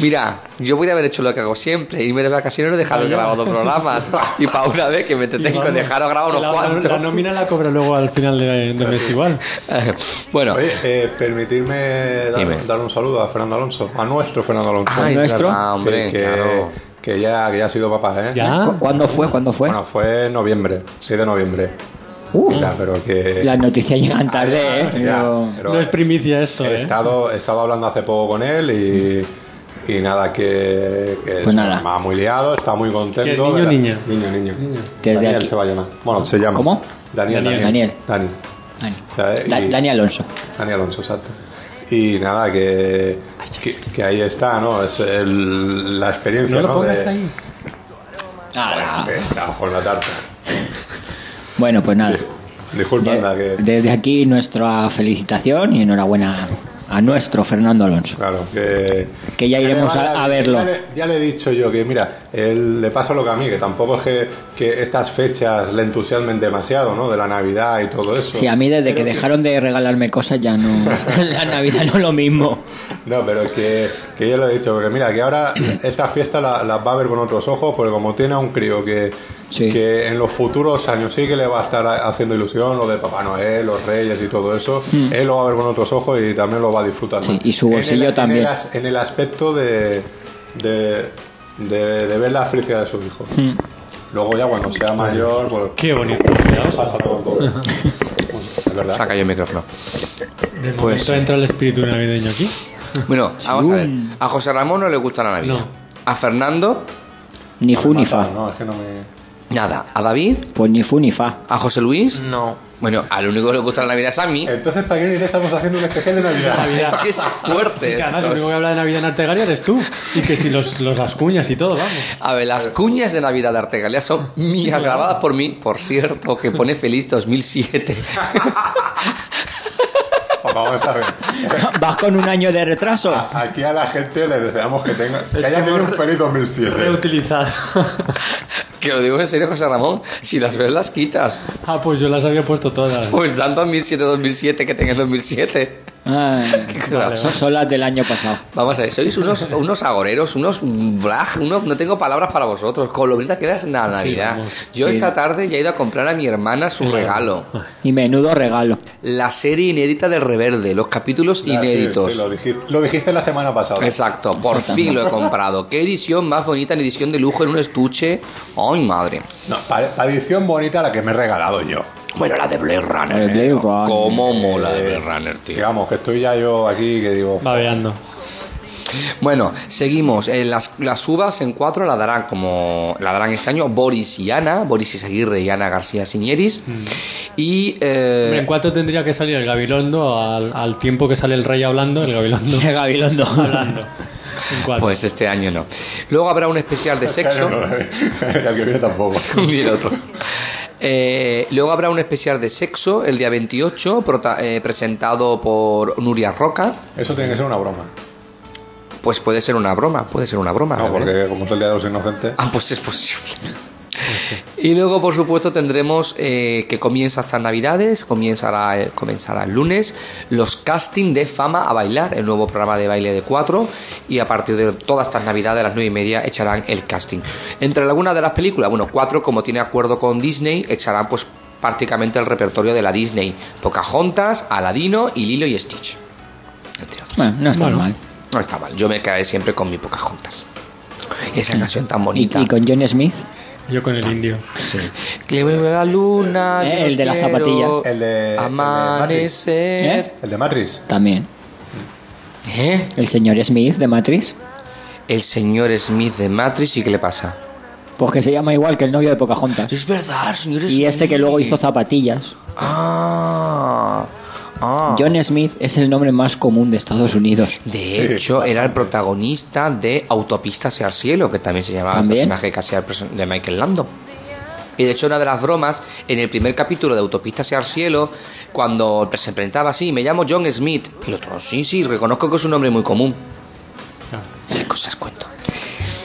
Speaker 3: Mira, yo voy a haber hecho lo que hago siempre, irme de vacaciones y no dejaros
Speaker 4: Vaya.
Speaker 3: grabar dos programas. Y para una vez que me entretengo en
Speaker 4: Vamos,
Speaker 3: dejaros grabar
Speaker 4: la,
Speaker 3: unos
Speaker 4: la-
Speaker 3: cuantos.
Speaker 4: La nómina la cobro luego al final de, de mes igual.
Speaker 3: bueno,
Speaker 8: Oye, eh, permitirme dar,
Speaker 3: Dime.
Speaker 8: dar un saludo a Fernando Alonso, a nuestro Fernando Alonso.
Speaker 3: Ay,
Speaker 5: nuestro?
Speaker 3: verdad,
Speaker 8: Sí,
Speaker 3: hombre,
Speaker 8: que,
Speaker 3: claro.
Speaker 8: que ya, que ya ha sido papá, ¿eh?
Speaker 4: Ya.
Speaker 5: ¿Cu- ¿Cuándo fue? ¿Cuándo fue?
Speaker 8: Bueno, fue en noviembre, 6 de noviembre.
Speaker 5: Uh,
Speaker 8: Mira, pero que.
Speaker 5: las noticias llegan tarde, ¿eh?
Speaker 8: Ah, Ya,
Speaker 5: Pero-
Speaker 8: pero
Speaker 4: No es primicia esto,
Speaker 8: he,
Speaker 4: ¿eh?
Speaker 8: estado, he estado hablando hace poco con él y, y nada, que, que
Speaker 5: Pues
Speaker 8: es
Speaker 5: nada.
Speaker 8: un mamá muy liado, está muy
Speaker 4: ¿Que es
Speaker 8: contento.
Speaker 4: niño
Speaker 8: de
Speaker 4: o
Speaker 8: la-
Speaker 4: niña?
Speaker 8: Niño, niño.
Speaker 5: Desde
Speaker 8: Daniel
Speaker 5: aquí-
Speaker 8: se va a llamar. Bueno, se llama.
Speaker 5: ¿Cómo?
Speaker 8: Daniel.
Speaker 4: Daniel.
Speaker 8: Daniel. Dani.
Speaker 5: Dani.
Speaker 8: O sea, eh,
Speaker 5: Da-
Speaker 8: y-
Speaker 5: Dani Alonso.
Speaker 8: Dani Alonso, exacto. Y nada, que, que, que ahí está, ¿no? Es el- la experiencia,
Speaker 4: No
Speaker 8: ¿no?
Speaker 4: lo pongas
Speaker 8: de,
Speaker 4: ahí.
Speaker 5: Ah,
Speaker 8: de esa forma tarta.
Speaker 5: Bueno, pues nada.
Speaker 8: Disculpa,
Speaker 5: De-
Speaker 8: anda, que.
Speaker 5: desde aquí nuestra felicitación y enhorabuena a nuestro Fernando Alonso.
Speaker 8: Claro, que.
Speaker 5: Que ya iremos
Speaker 8: le va
Speaker 5: a- a verlo.
Speaker 8: Ya le, ya le he dicho yo que, mira, él le pasa lo que a mí, que tampoco es que, que estas fechas le entusiasmen demasiado, ¿no? De la Navidad y todo eso.
Speaker 5: Sí, a mí desde
Speaker 8: Pero
Speaker 5: que dejaron de regalarme cosas ya no... La Navidad no es lo mismo.
Speaker 8: No, pero es que, que yo lo he dicho, porque mira, que ahora esta fiesta la, la va a ver con otros ojos, porque como tiene a un crío que,
Speaker 5: Sí.
Speaker 8: que en los futuros años sí que le va a estar a- haciendo ilusión lo de Papá Noel, los Reyes y todo eso, él lo va a ver con otros ojos y también lo va a disfrutar.
Speaker 5: Mm. Sí,
Speaker 8: más.
Speaker 5: y su
Speaker 8: En el-
Speaker 5: bolsillo
Speaker 8: en el
Speaker 5: también.
Speaker 8: as- En el, aspecto de, de, de- de ver la felicidad de su hijo.
Speaker 5: Mm.
Speaker 8: Luego ya cuando sea mayor, pues
Speaker 4: Qué bonito.
Speaker 8: pasa todo. todo. Es verdad.
Speaker 3: saca yo el micrófono.
Speaker 4: De momento
Speaker 3: Pues-
Speaker 4: entra el espíritu navideño aquí.
Speaker 3: Bueno, vamos a ver. A José Ramón no le gusta la Navidad.
Speaker 4: No.
Speaker 3: A Fernando,
Speaker 5: Ni fu ni fa.
Speaker 8: No, es que no me...
Speaker 3: nada. A David,
Speaker 5: Pues ni fu ni fa.
Speaker 3: a José
Speaker 4: Mm.
Speaker 3: Luis.
Speaker 2: No.
Speaker 3: Bueno, al único que le gusta la Navidad es a mí.
Speaker 8: Entonces, ¿para qué estamos haciendo un especial de Navidad?
Speaker 3: Es que es
Speaker 4: Sí,
Speaker 3: fuerte.
Speaker 4: que además, el único que
Speaker 3: estos.
Speaker 4: habla de Navidad en Artegalia eres tú. Y que si los, los ascuñas y todo, vamos.
Speaker 3: A ver, las cuñas de Navidad de Artegalia son mías, grabadas por mí, por cierto, que pone feliz 2007.
Speaker 8: Vamos a ver.
Speaker 5: ¿Vas con un año de retraso?
Speaker 8: Aquí a la gente le deseamos que tenga que haya tenido un feliz 2007.
Speaker 4: Reutilizado.
Speaker 3: que lo digo en serio, José Ramón, si las ves las quitas.
Speaker 4: ah, pues yo las había puesto todas.
Speaker 3: Pues dan 2007, 2007, que tengas 2007.
Speaker 5: Ah,
Speaker 3: Qué cosa.
Speaker 5: son, son las del año pasado.
Speaker 3: Vamos a ver, sois unos, unos agoreros, unos blaj, unos, no tengo palabras para vosotros, con lo bonita que era la Navidad.
Speaker 4: vamos.
Speaker 3: Yo
Speaker 5: Sí.
Speaker 3: esta tarde ya he ido a comprar a mi hermana su regalo,
Speaker 5: Y menudo regalo.
Speaker 3: la serie inédita de Reverde, los capítulos
Speaker 8: Ya, Ah, sí,
Speaker 3: inéditos.
Speaker 8: sí, lo, dijiste, lo dijiste la semana pasada.
Speaker 3: Exacto, por fin lo he comprado. Qué edición más bonita, en edición de lujo en un estuche. Ay, madre.
Speaker 8: No, pa- pa edición bonita la que me he regalado yo.
Speaker 3: Bueno, la de Blade Runner.
Speaker 5: El Blade
Speaker 3: eh.
Speaker 5: Runner.
Speaker 3: Cómo mola de
Speaker 8: Eh,
Speaker 3: Blade Runner, tío.
Speaker 8: Digamos que estoy ya yo aquí que digo.
Speaker 4: Babeando.
Speaker 3: Bueno, seguimos. Eh, las, las uvas en cuatro la darán como la darán este año Boris y Ana, Boris Isaguirre y Ana García Sinieris. Y
Speaker 4: Mm. Hombre, ¿En
Speaker 3: eh,
Speaker 4: cuánto tendría que salir el Gabilondo al, al tiempo que sale el rey hablando? El Gabilondo.
Speaker 5: El Gabilondo.
Speaker 4: hablando. ¿En cuánto?
Speaker 3: pues este año no. Luego habrá un especial de sexo.
Speaker 8: No, eh, el que viene tampoco.
Speaker 3: Y el otro. Eh, luego habrá un especial de sexo el día 28 prota- eh, presentado por Nuria Roca.
Speaker 8: Eso tiene que ser una broma.
Speaker 3: Pues puede ser una broma, puede ser una broma. ¿eh?
Speaker 8: No,
Speaker 3: la verdad.
Speaker 8: porque como es el día de los inocentes.
Speaker 3: Ah, pues es posible. Pues Y luego, por supuesto, tendremos eh, que comienza estas navidades, comenzará, eh, comenzará el lunes, los casting de Fama a Bailar, el nuevo programa de baile de cuatro, y a partir de todas estas navidades, a las nueve y media, echarán el casting. Entre algunas de las películas, bueno, cuatro, como tiene acuerdo con Disney, echarán pues prácticamente el repertorio de la Disney, Pocahontas, Aladino y Lilo y Stitch, entre otros.
Speaker 5: Bueno, no está
Speaker 4: Bueno.
Speaker 5: mal.
Speaker 3: No está mal, yo me quedaré siempre con mi Pocahontas. Esa canción tan
Speaker 5: Y,
Speaker 3: bonita.
Speaker 5: y con John Smith,
Speaker 4: Yo con el
Speaker 5: ah.
Speaker 4: indio.
Speaker 3: Sí. Que me vea la luna.
Speaker 5: Eh,
Speaker 3: yo
Speaker 5: el de las
Speaker 3: quiero
Speaker 5: zapatillas.
Speaker 8: El de- el de
Speaker 3: Amanecer.
Speaker 5: ¿Eh?
Speaker 8: El de Matrix.
Speaker 5: también.
Speaker 3: ¿Eh?
Speaker 5: El señor Smith de Matrix.
Speaker 3: El señor Smith de Matrix, ¿y qué le pasa?
Speaker 5: Pues que se llama igual que el novio de Pocahontas.
Speaker 3: Es verdad, el señor Smith.
Speaker 5: Y este que luego hizo zapatillas.
Speaker 3: Ah. ah.
Speaker 5: John Smith es el nombre más común de Estados Unidos.
Speaker 3: De hecho, era el protagonista de Autopista hacia el cielo, que también se llamaba
Speaker 5: También.
Speaker 3: el personaje casi de Michael Lando. Y de hecho, una de las bromas, en el primer capítulo de Autopista hacia el cielo, cuando se presentaba así, me llamo John Smith. Y el otro, sí, sí, reconozco que es un nombre muy común.
Speaker 6: Ah.
Speaker 3: Qué cosas cuento.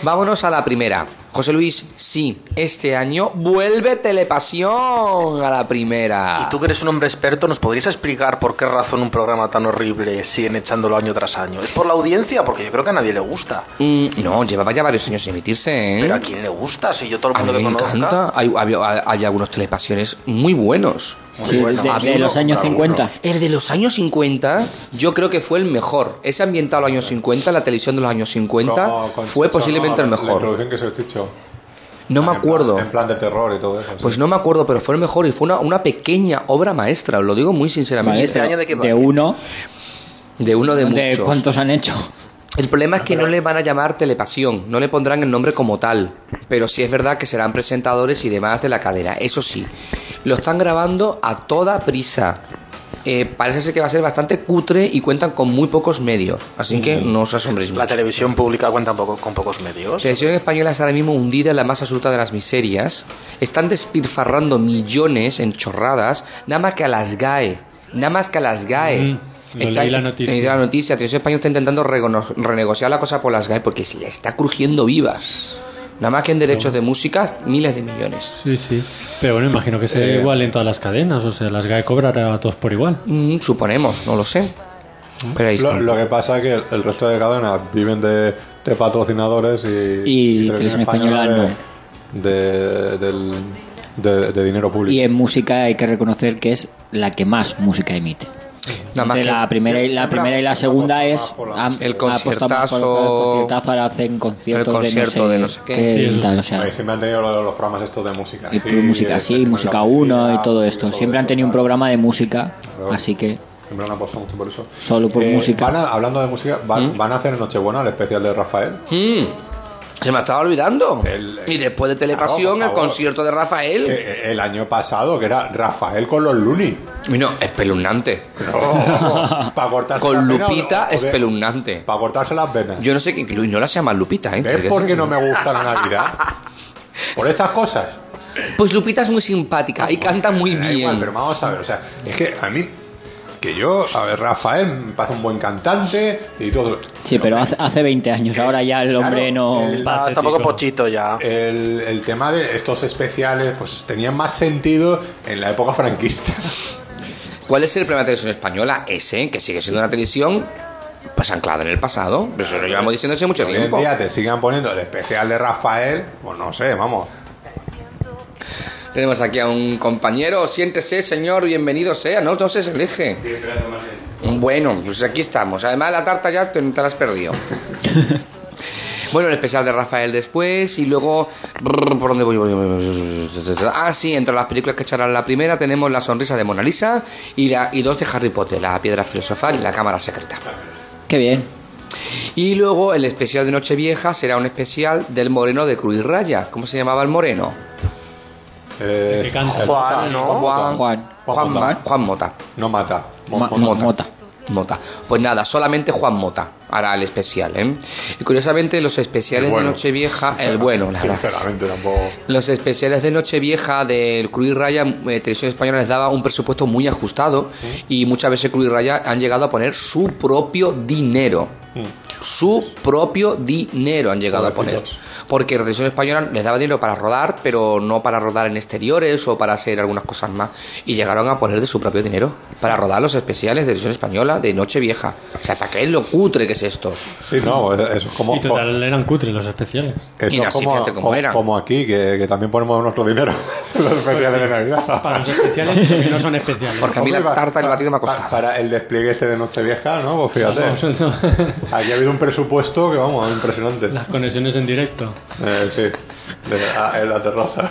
Speaker 3: Vámonos a la primera. José Luis, sí, este año vuelve Telepasión a la primera.
Speaker 6: Y tú que eres un hombre experto, ¿nos podrías explicar por qué razón un programa tan horrible siguen echándolo año tras año? ¿Es por la audiencia? Porque yo creo que a nadie le gusta.
Speaker 3: Mm, no, llevaba ya varios años sin emitirse, ¿eh?
Speaker 6: Pero ¿a quién le gusta? Si yo todo el
Speaker 3: A mí
Speaker 6: mundo
Speaker 3: me
Speaker 6: que conozca...
Speaker 3: encanta. Hay, había- hay algunos telepasiones muy buenos.
Speaker 5: Sí,
Speaker 6: bueno,
Speaker 5: de,
Speaker 6: alguno,
Speaker 5: de los años
Speaker 6: alguno.
Speaker 5: 50.
Speaker 3: El de los años 50, yo creo que fue el mejor. Ese ambientado a los años 50, la televisión de los años 50,
Speaker 8: Como con
Speaker 3: fue
Speaker 8: Chicho,
Speaker 3: posiblemente
Speaker 8: ¿no?
Speaker 3: el
Speaker 8: La- La
Speaker 3: mejor.
Speaker 8: introducción que se os he dicho.
Speaker 3: No me
Speaker 8: En plan-
Speaker 3: acuerdo.
Speaker 8: En plan de terror y todo eso. sí.
Speaker 3: Pues no me acuerdo, pero fue el mejor y fue una, una pequeña obra maestra, os lo digo muy
Speaker 5: Vale,
Speaker 3: sinceramente.
Speaker 6: este
Speaker 5: pero
Speaker 6: año de qué va?
Speaker 5: uno,
Speaker 3: De uno de
Speaker 5: de
Speaker 3: muchos.
Speaker 5: cuántos han hecho.
Speaker 3: El problema es que no le van a llamar telepasión, no le pondrán el nombre como tal, pero sí es verdad que serán presentadores y demás de la cadena, eso sí. Lo están grabando a toda prisa. Eh, parece ser que va a ser bastante cutre y cuentan con muy pocos medios, así que no os asombréis
Speaker 6: Mm. La
Speaker 3: mucho.
Speaker 6: televisión pública cuenta poco- con pocos medios.
Speaker 3: La televisión española está ahora mismo hundida en la más absoluta de las miserias. Están despilfarrando millones en chorradas, nada más que a las GAE. Nada más que a las GAE.
Speaker 4: Mm, lo leí la noticia.
Speaker 3: leí la noticia. La televisión española está intentando recono- renegociar la cosa por las GAE porque se le está crujiendo vivas. Nada más que en derechos de música, miles de millones.
Speaker 4: Sí, sí. Pero bueno, imagino que
Speaker 5: Eh.
Speaker 4: sea igual en todas las cadenas. O sea, las GAE cobrará a todos por igual.
Speaker 3: Mm, suponemos, no lo sé. Pero ahí
Speaker 8: Lo,
Speaker 3: está.
Speaker 8: lo que pasa es que el, el resto de cadenas viven de, de patrocinadores y,
Speaker 5: Y Televisión Española
Speaker 8: de, de- del- de- de dinero
Speaker 5: Y
Speaker 8: público.
Speaker 5: en música hay que reconocer que es la que más música emite.
Speaker 3: Nada más
Speaker 5: Entre
Speaker 3: que-
Speaker 5: la primera y la
Speaker 8: siempre
Speaker 5: primera y la
Speaker 8: apostamos
Speaker 5: segunda
Speaker 8: más
Speaker 5: es
Speaker 8: por la-
Speaker 5: han-
Speaker 3: El
Speaker 5: apostamos por-
Speaker 3: conciertazo-
Speaker 5: el conciertazo ahora hacen conciertos
Speaker 3: el concierto de no sé qué.
Speaker 4: Sí, eso
Speaker 5: y tal,
Speaker 4: sí.
Speaker 5: o sea,
Speaker 8: Ahí siempre han tenido lo- los, programas estos de música.
Speaker 5: y
Speaker 8: sí,
Speaker 5: música
Speaker 8: de-
Speaker 5: sí,
Speaker 8: de-
Speaker 5: música
Speaker 8: la
Speaker 5: 1 y
Speaker 8: publicidad
Speaker 5: todo esto. Siempre han tenido un
Speaker 8: tal.
Speaker 5: programa de música,
Speaker 8: Claro.
Speaker 5: así que
Speaker 8: Siempre han apostado mucho por eso.
Speaker 5: Solo por música. ¿Mm?
Speaker 8: van a- hablando de música, van, van a hacer en Nochebuena el especial de Rafael.
Speaker 3: Mm, se me estaba olvidando.
Speaker 8: El-
Speaker 3: y después de
Speaker 8: Claro,
Speaker 3: Telepasión,
Speaker 8: por
Speaker 3: el
Speaker 8: favor.
Speaker 3: concierto de Rafael.
Speaker 8: Eh, eh, El año pasado, que era Rafael con los Looney.
Speaker 3: Mira, espeluznante.
Speaker 8: para cortarse
Speaker 3: Con
Speaker 8: las venas,
Speaker 3: Lupita
Speaker 8: o- o de-
Speaker 3: espeluznante.
Speaker 8: Para cortarse las venas.
Speaker 3: Yo no sé qué Luis no la se llama Lupita, ¿eh?
Speaker 8: ¿Ves por qué no me gusta la Navidad? Por estas cosas.
Speaker 3: Pues Lupita es muy simpática y canta muy
Speaker 8: Ah, Da
Speaker 3: bien.
Speaker 8: igual, pero vamos a ver, o sea, es que a mí, que yo, a ver, Rafael me parece un buen cantante y todo.
Speaker 5: sí, pero hace, hace 20 años, Pues ahora ya el
Speaker 8: Claro,
Speaker 5: hombre no
Speaker 8: el-
Speaker 6: Está, está un poco pochito ya.
Speaker 8: El, el tema de estos especiales, pues tenían más sentido en la época franquista.
Speaker 3: Pues ¿Cuál es el problema de la televisión española? Ese, que sigue siendo una televisión pues anclada en el pasado. Pero eso lo llevamos diciendo hace mucho
Speaker 8: Hoy en
Speaker 3: tiempo.
Speaker 8: día te sigan poniendo el especial de Rafael, pues no sé, vamos.
Speaker 3: Tenemos aquí a un compañero. Siéntese, señor, bienvenido sea. No, no se elige. Bueno, pues aquí estamos. Además, la tarta ya te, te la has perdido. bueno, el especial de Rafael después y luego... brr, ¿Por dónde voy? Ah, sí, entre las películas que echaron la primera tenemos La sonrisa de Mona Lisa y, la, y dos de Harry Potter, La piedra filosofal y La cámara secreta.
Speaker 5: Qué bien.
Speaker 3: Y luego el especial de Nochevieja será un especial del moreno de Cruz Raya. ¿Cómo se llamaba el moreno?
Speaker 8: Eh,
Speaker 4: El que canta.
Speaker 6: Juan, ¿no?
Speaker 3: Juan,
Speaker 5: Juan.
Speaker 3: Juan
Speaker 8: Juan Mota.
Speaker 3: Ma- Juan Mota.
Speaker 8: No mata. Mo-
Speaker 5: Ma-
Speaker 8: mo-
Speaker 5: Mota.
Speaker 3: Mota. Pues nada, solamente Juan Mota hará el especial, ¿eh? Y curiosamente los especiales
Speaker 8: El bueno.
Speaker 3: de Nochevieja, el bueno, la verdad.
Speaker 8: Sinceramente tampoco.
Speaker 3: Los especiales de Nochevieja del Cruz Raya, eh, Televisión Española les daba un presupuesto muy ajustado y muchas veces Cruz Raya han llegado a poner su propio dinero.
Speaker 8: Mm.
Speaker 3: Su propio dinero han llegado
Speaker 8: Pobrecitos.
Speaker 3: a poner. Porque la Televisión Española les daba dinero para rodar, pero no para rodar en exteriores o para hacer algunas cosas más. Y llegaron a poner de su propio dinero para rodar los especiales de Televisión Española de Nochevieja. O sea, ¿para qué es lo cutre que es esto?
Speaker 8: Sí, no, eso es como.
Speaker 4: Y total, eran cutres los especiales.
Speaker 8: Eso
Speaker 3: Y
Speaker 8: es
Speaker 3: así, fíjate cómo
Speaker 8: como,
Speaker 3: era.
Speaker 8: como aquí, que, que también ponemos nuestro dinero en los
Speaker 5: Pues
Speaker 8: especiales de
Speaker 4: Para
Speaker 8: Navidad.
Speaker 4: los especiales que no son especiales.
Speaker 3: Porque a mí la
Speaker 8: Hombre,
Speaker 3: tarta y el batido me ha
Speaker 8: pa-
Speaker 3: costado.
Speaker 8: Para el despliegue este de Nochevieja, ¿no? Pues fíjate,
Speaker 4: Vamos, no.
Speaker 8: aquí ha habido un presupuesto que, vamos, impresionante.
Speaker 4: Las conexiones en directo.
Speaker 8: Eh, sí, de- ah, en la terraza.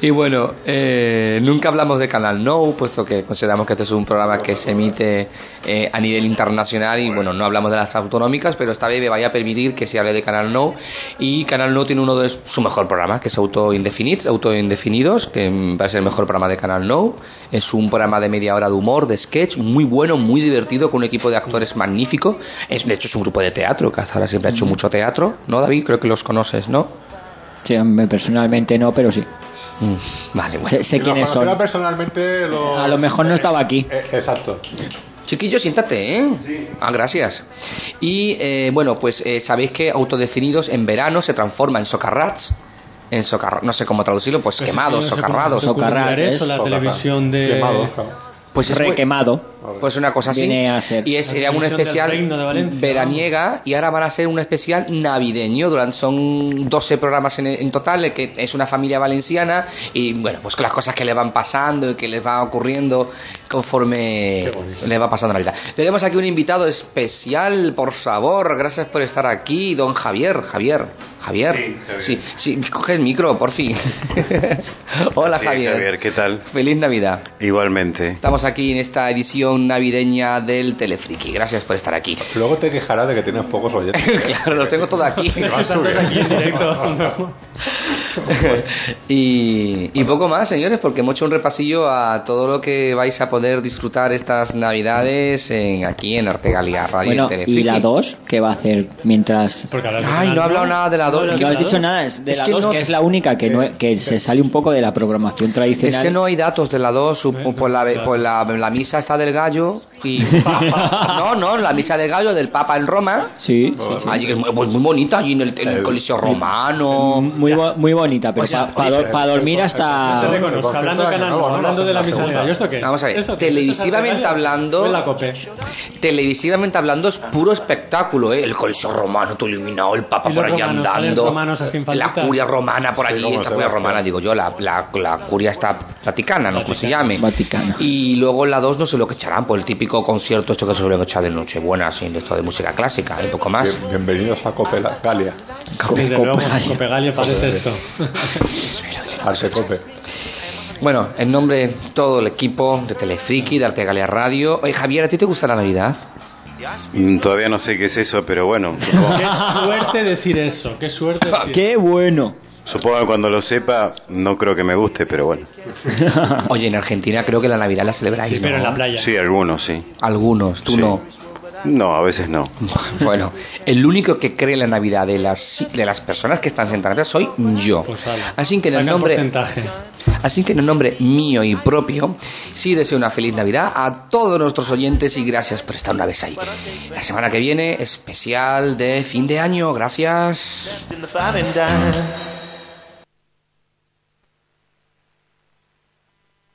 Speaker 3: Y bueno, eh, nunca hablamos de Canal No, puesto que consideramos que este es un programa que se emite eh, a nivel internacional y bueno, no hablamos de las autonómicas, pero esta vez me vaya a permitir que se hable de Canal No. Y Canal No tiene uno de sus mejor programas, que es Autoindefinidos, Autoindefinidos, que mm, va a ser el mejor programa de Canal No. Es un programa de media hora de humor, de sketch, muy bueno, muy divertido, con un equipo de actores magnífico. Es, de hecho, es un grupo de teatro, que hasta ahora siempre ha hecho mucho teatro, ¿no, David? Creo que los conoces, ¿no?
Speaker 5: Sí, hombre, personalmente no, pero sí.
Speaker 3: Mm, Vale, bueno.
Speaker 5: Sé, sé
Speaker 8: Y
Speaker 5: quiénes
Speaker 8: los
Speaker 5: son.
Speaker 8: conocía personalmente lo-
Speaker 5: A lo mejor no estaba aquí.
Speaker 8: Eh, exacto.
Speaker 3: Chiquillo, siéntate, ¿eh? Ah, gracias. Y eh, bueno, pues eh, sabéis que autodefinidos en verano se transforma en socarrats. En socarra, no sé cómo traducirlo, pues quemados, socarrados.
Speaker 5: socarrado. socarrates,
Speaker 4: Eso, la
Speaker 8: Socarrat.
Speaker 4: televisión de.
Speaker 8: Quemado, claro.
Speaker 3: Pues es
Speaker 5: Requemado.
Speaker 3: pues una cosa así.
Speaker 5: Viene a ser
Speaker 3: Y es,
Speaker 4: la
Speaker 3: era un
Speaker 4: televisión del
Speaker 3: especial
Speaker 4: Reino de Valencia,
Speaker 3: veraniega y ahora van a ser un especial navideño. Durante, son 12 programas en, en total, el que es una familia valenciana y bueno, pues con las cosas que le van pasando y que les va ocurriendo conforme le va pasando la vida. Tenemos aquí un invitado especial, por favor, gracias por estar aquí, don Javier, Javier, Javier.
Speaker 9: Sí, Javier.
Speaker 3: sí, sí, coge el micro, por fin. Hola
Speaker 9: Sí,
Speaker 3: Javier.
Speaker 9: ¿qué tal?
Speaker 3: Feliz Navidad.
Speaker 9: Igualmente.
Speaker 3: Estamos aquí en esta edición navideña del Telefriki. Gracias por estar aquí.
Speaker 8: Luego te quejarás de que tienes pocos oyentes.
Speaker 3: claro, los tengo todos aquí.
Speaker 8: Van subiendo.
Speaker 4: Aquí en directo.
Speaker 3: y, y poco más, señores, porque hemos hecho un repasillo a todo lo que vais a poder disfrutar estas navidades en- aquí en Artegalia Radio
Speaker 5: Bueno,
Speaker 3: Telefriki.
Speaker 5: ¿y la 2 qué va a hacer mientras.?
Speaker 4: Porque ahora al
Speaker 3: Ay,
Speaker 4: final
Speaker 3: no he hablado nada de la dos.
Speaker 4: he hablado
Speaker 5: No has
Speaker 4: de la
Speaker 5: dicho
Speaker 4: dos.
Speaker 5: nada, es de
Speaker 3: Es
Speaker 5: la
Speaker 3: que
Speaker 5: 2,
Speaker 3: no- Eh,
Speaker 5: que es la única que, no, que se sale un poco de la programación
Speaker 3: Es
Speaker 5: tradicional.
Speaker 3: que no hay datos de la 2, por, la, por la, la misa está del gallo y... No, no, la misa del gallo del Papa en Roma.
Speaker 5: Sí, sí, sí.
Speaker 3: Allí que es muy, pues muy bonita, allí en el, en el Coliseo Romano.
Speaker 5: Eh, Muy, bo- muy bonita, pero
Speaker 3: Pues,
Speaker 5: para
Speaker 3: oye,
Speaker 5: dormir hasta.
Speaker 4: Te reconozco,
Speaker 8: El
Speaker 4: hablando
Speaker 8: Ah, concepto de Año
Speaker 4: canal,
Speaker 8: Nuevo, ¿no?
Speaker 4: hablando de la misa de
Speaker 8: Segunda.
Speaker 4: gallo, ¿esto qué es?
Speaker 3: Vamos a ver,
Speaker 4: ¿Esto qué es?
Speaker 3: televisivamente
Speaker 4: ¿Esto es Artegalia?
Speaker 3: hablando-
Speaker 4: ¿O es la COPE?
Speaker 3: televisivamente hablando es puro espectáculo, ¿eh? El coliseo romano, tú eliminado, el papa
Speaker 4: Y
Speaker 3: por
Speaker 4: los
Speaker 3: allí
Speaker 4: romanos, salen
Speaker 3: andando,
Speaker 4: romanos así en
Speaker 3: la
Speaker 4: faldita.
Speaker 3: curia romana por allí,
Speaker 8: como
Speaker 3: esta curia
Speaker 8: Sebastián.
Speaker 3: romana, digo yo, la, la, la curia está vaticana, no como se llame.
Speaker 5: Vaticana.
Speaker 3: Y luego la 2 no sé lo que echarán, por el típico concierto esto que se suelen echar de Nochebuena, así, de esto de música clásica, un poco
Speaker 9: Ah,
Speaker 3: más.
Speaker 8: Bien- bienvenidos a Cope la- Galia,
Speaker 4: Desde luego, Copegalia parece esto.
Speaker 8: Arte Cope.
Speaker 3: Bueno, en nombre de todo el equipo de Telefriki, de Artegalia Radio. Oye, Javier, ¿a ti te gusta la Navidad?
Speaker 9: Mm, Todavía no sé qué es eso, pero bueno,
Speaker 4: Qué suerte decir eso, qué suerte decir
Speaker 5: ¡Qué bueno!
Speaker 9: supongo que cuando lo sepa no creo que me guste, pero bueno.
Speaker 3: Oye, en Argentina creo que la Navidad la celebráis,
Speaker 4: Pero en
Speaker 3: ¿no?
Speaker 4: la playa.
Speaker 9: Sí, algunos sí.
Speaker 3: Algunos, tú
Speaker 9: Sí.
Speaker 3: no.
Speaker 9: No, a veces no.
Speaker 3: Bueno, el único que cree en la Navidad de las, de las personas que están sentadas soy yo.
Speaker 4: Pues ala,
Speaker 3: Así que, en el
Speaker 4: saca
Speaker 3: nombre,
Speaker 4: porcentaje.
Speaker 3: así que en el nombre mío y propio, sí deseo una feliz Navidad a todos nuestros oyentes y gracias por estar una vez ahí. La semana que viene, especial de fin de año. Gracias.
Speaker 2: In the five and dime.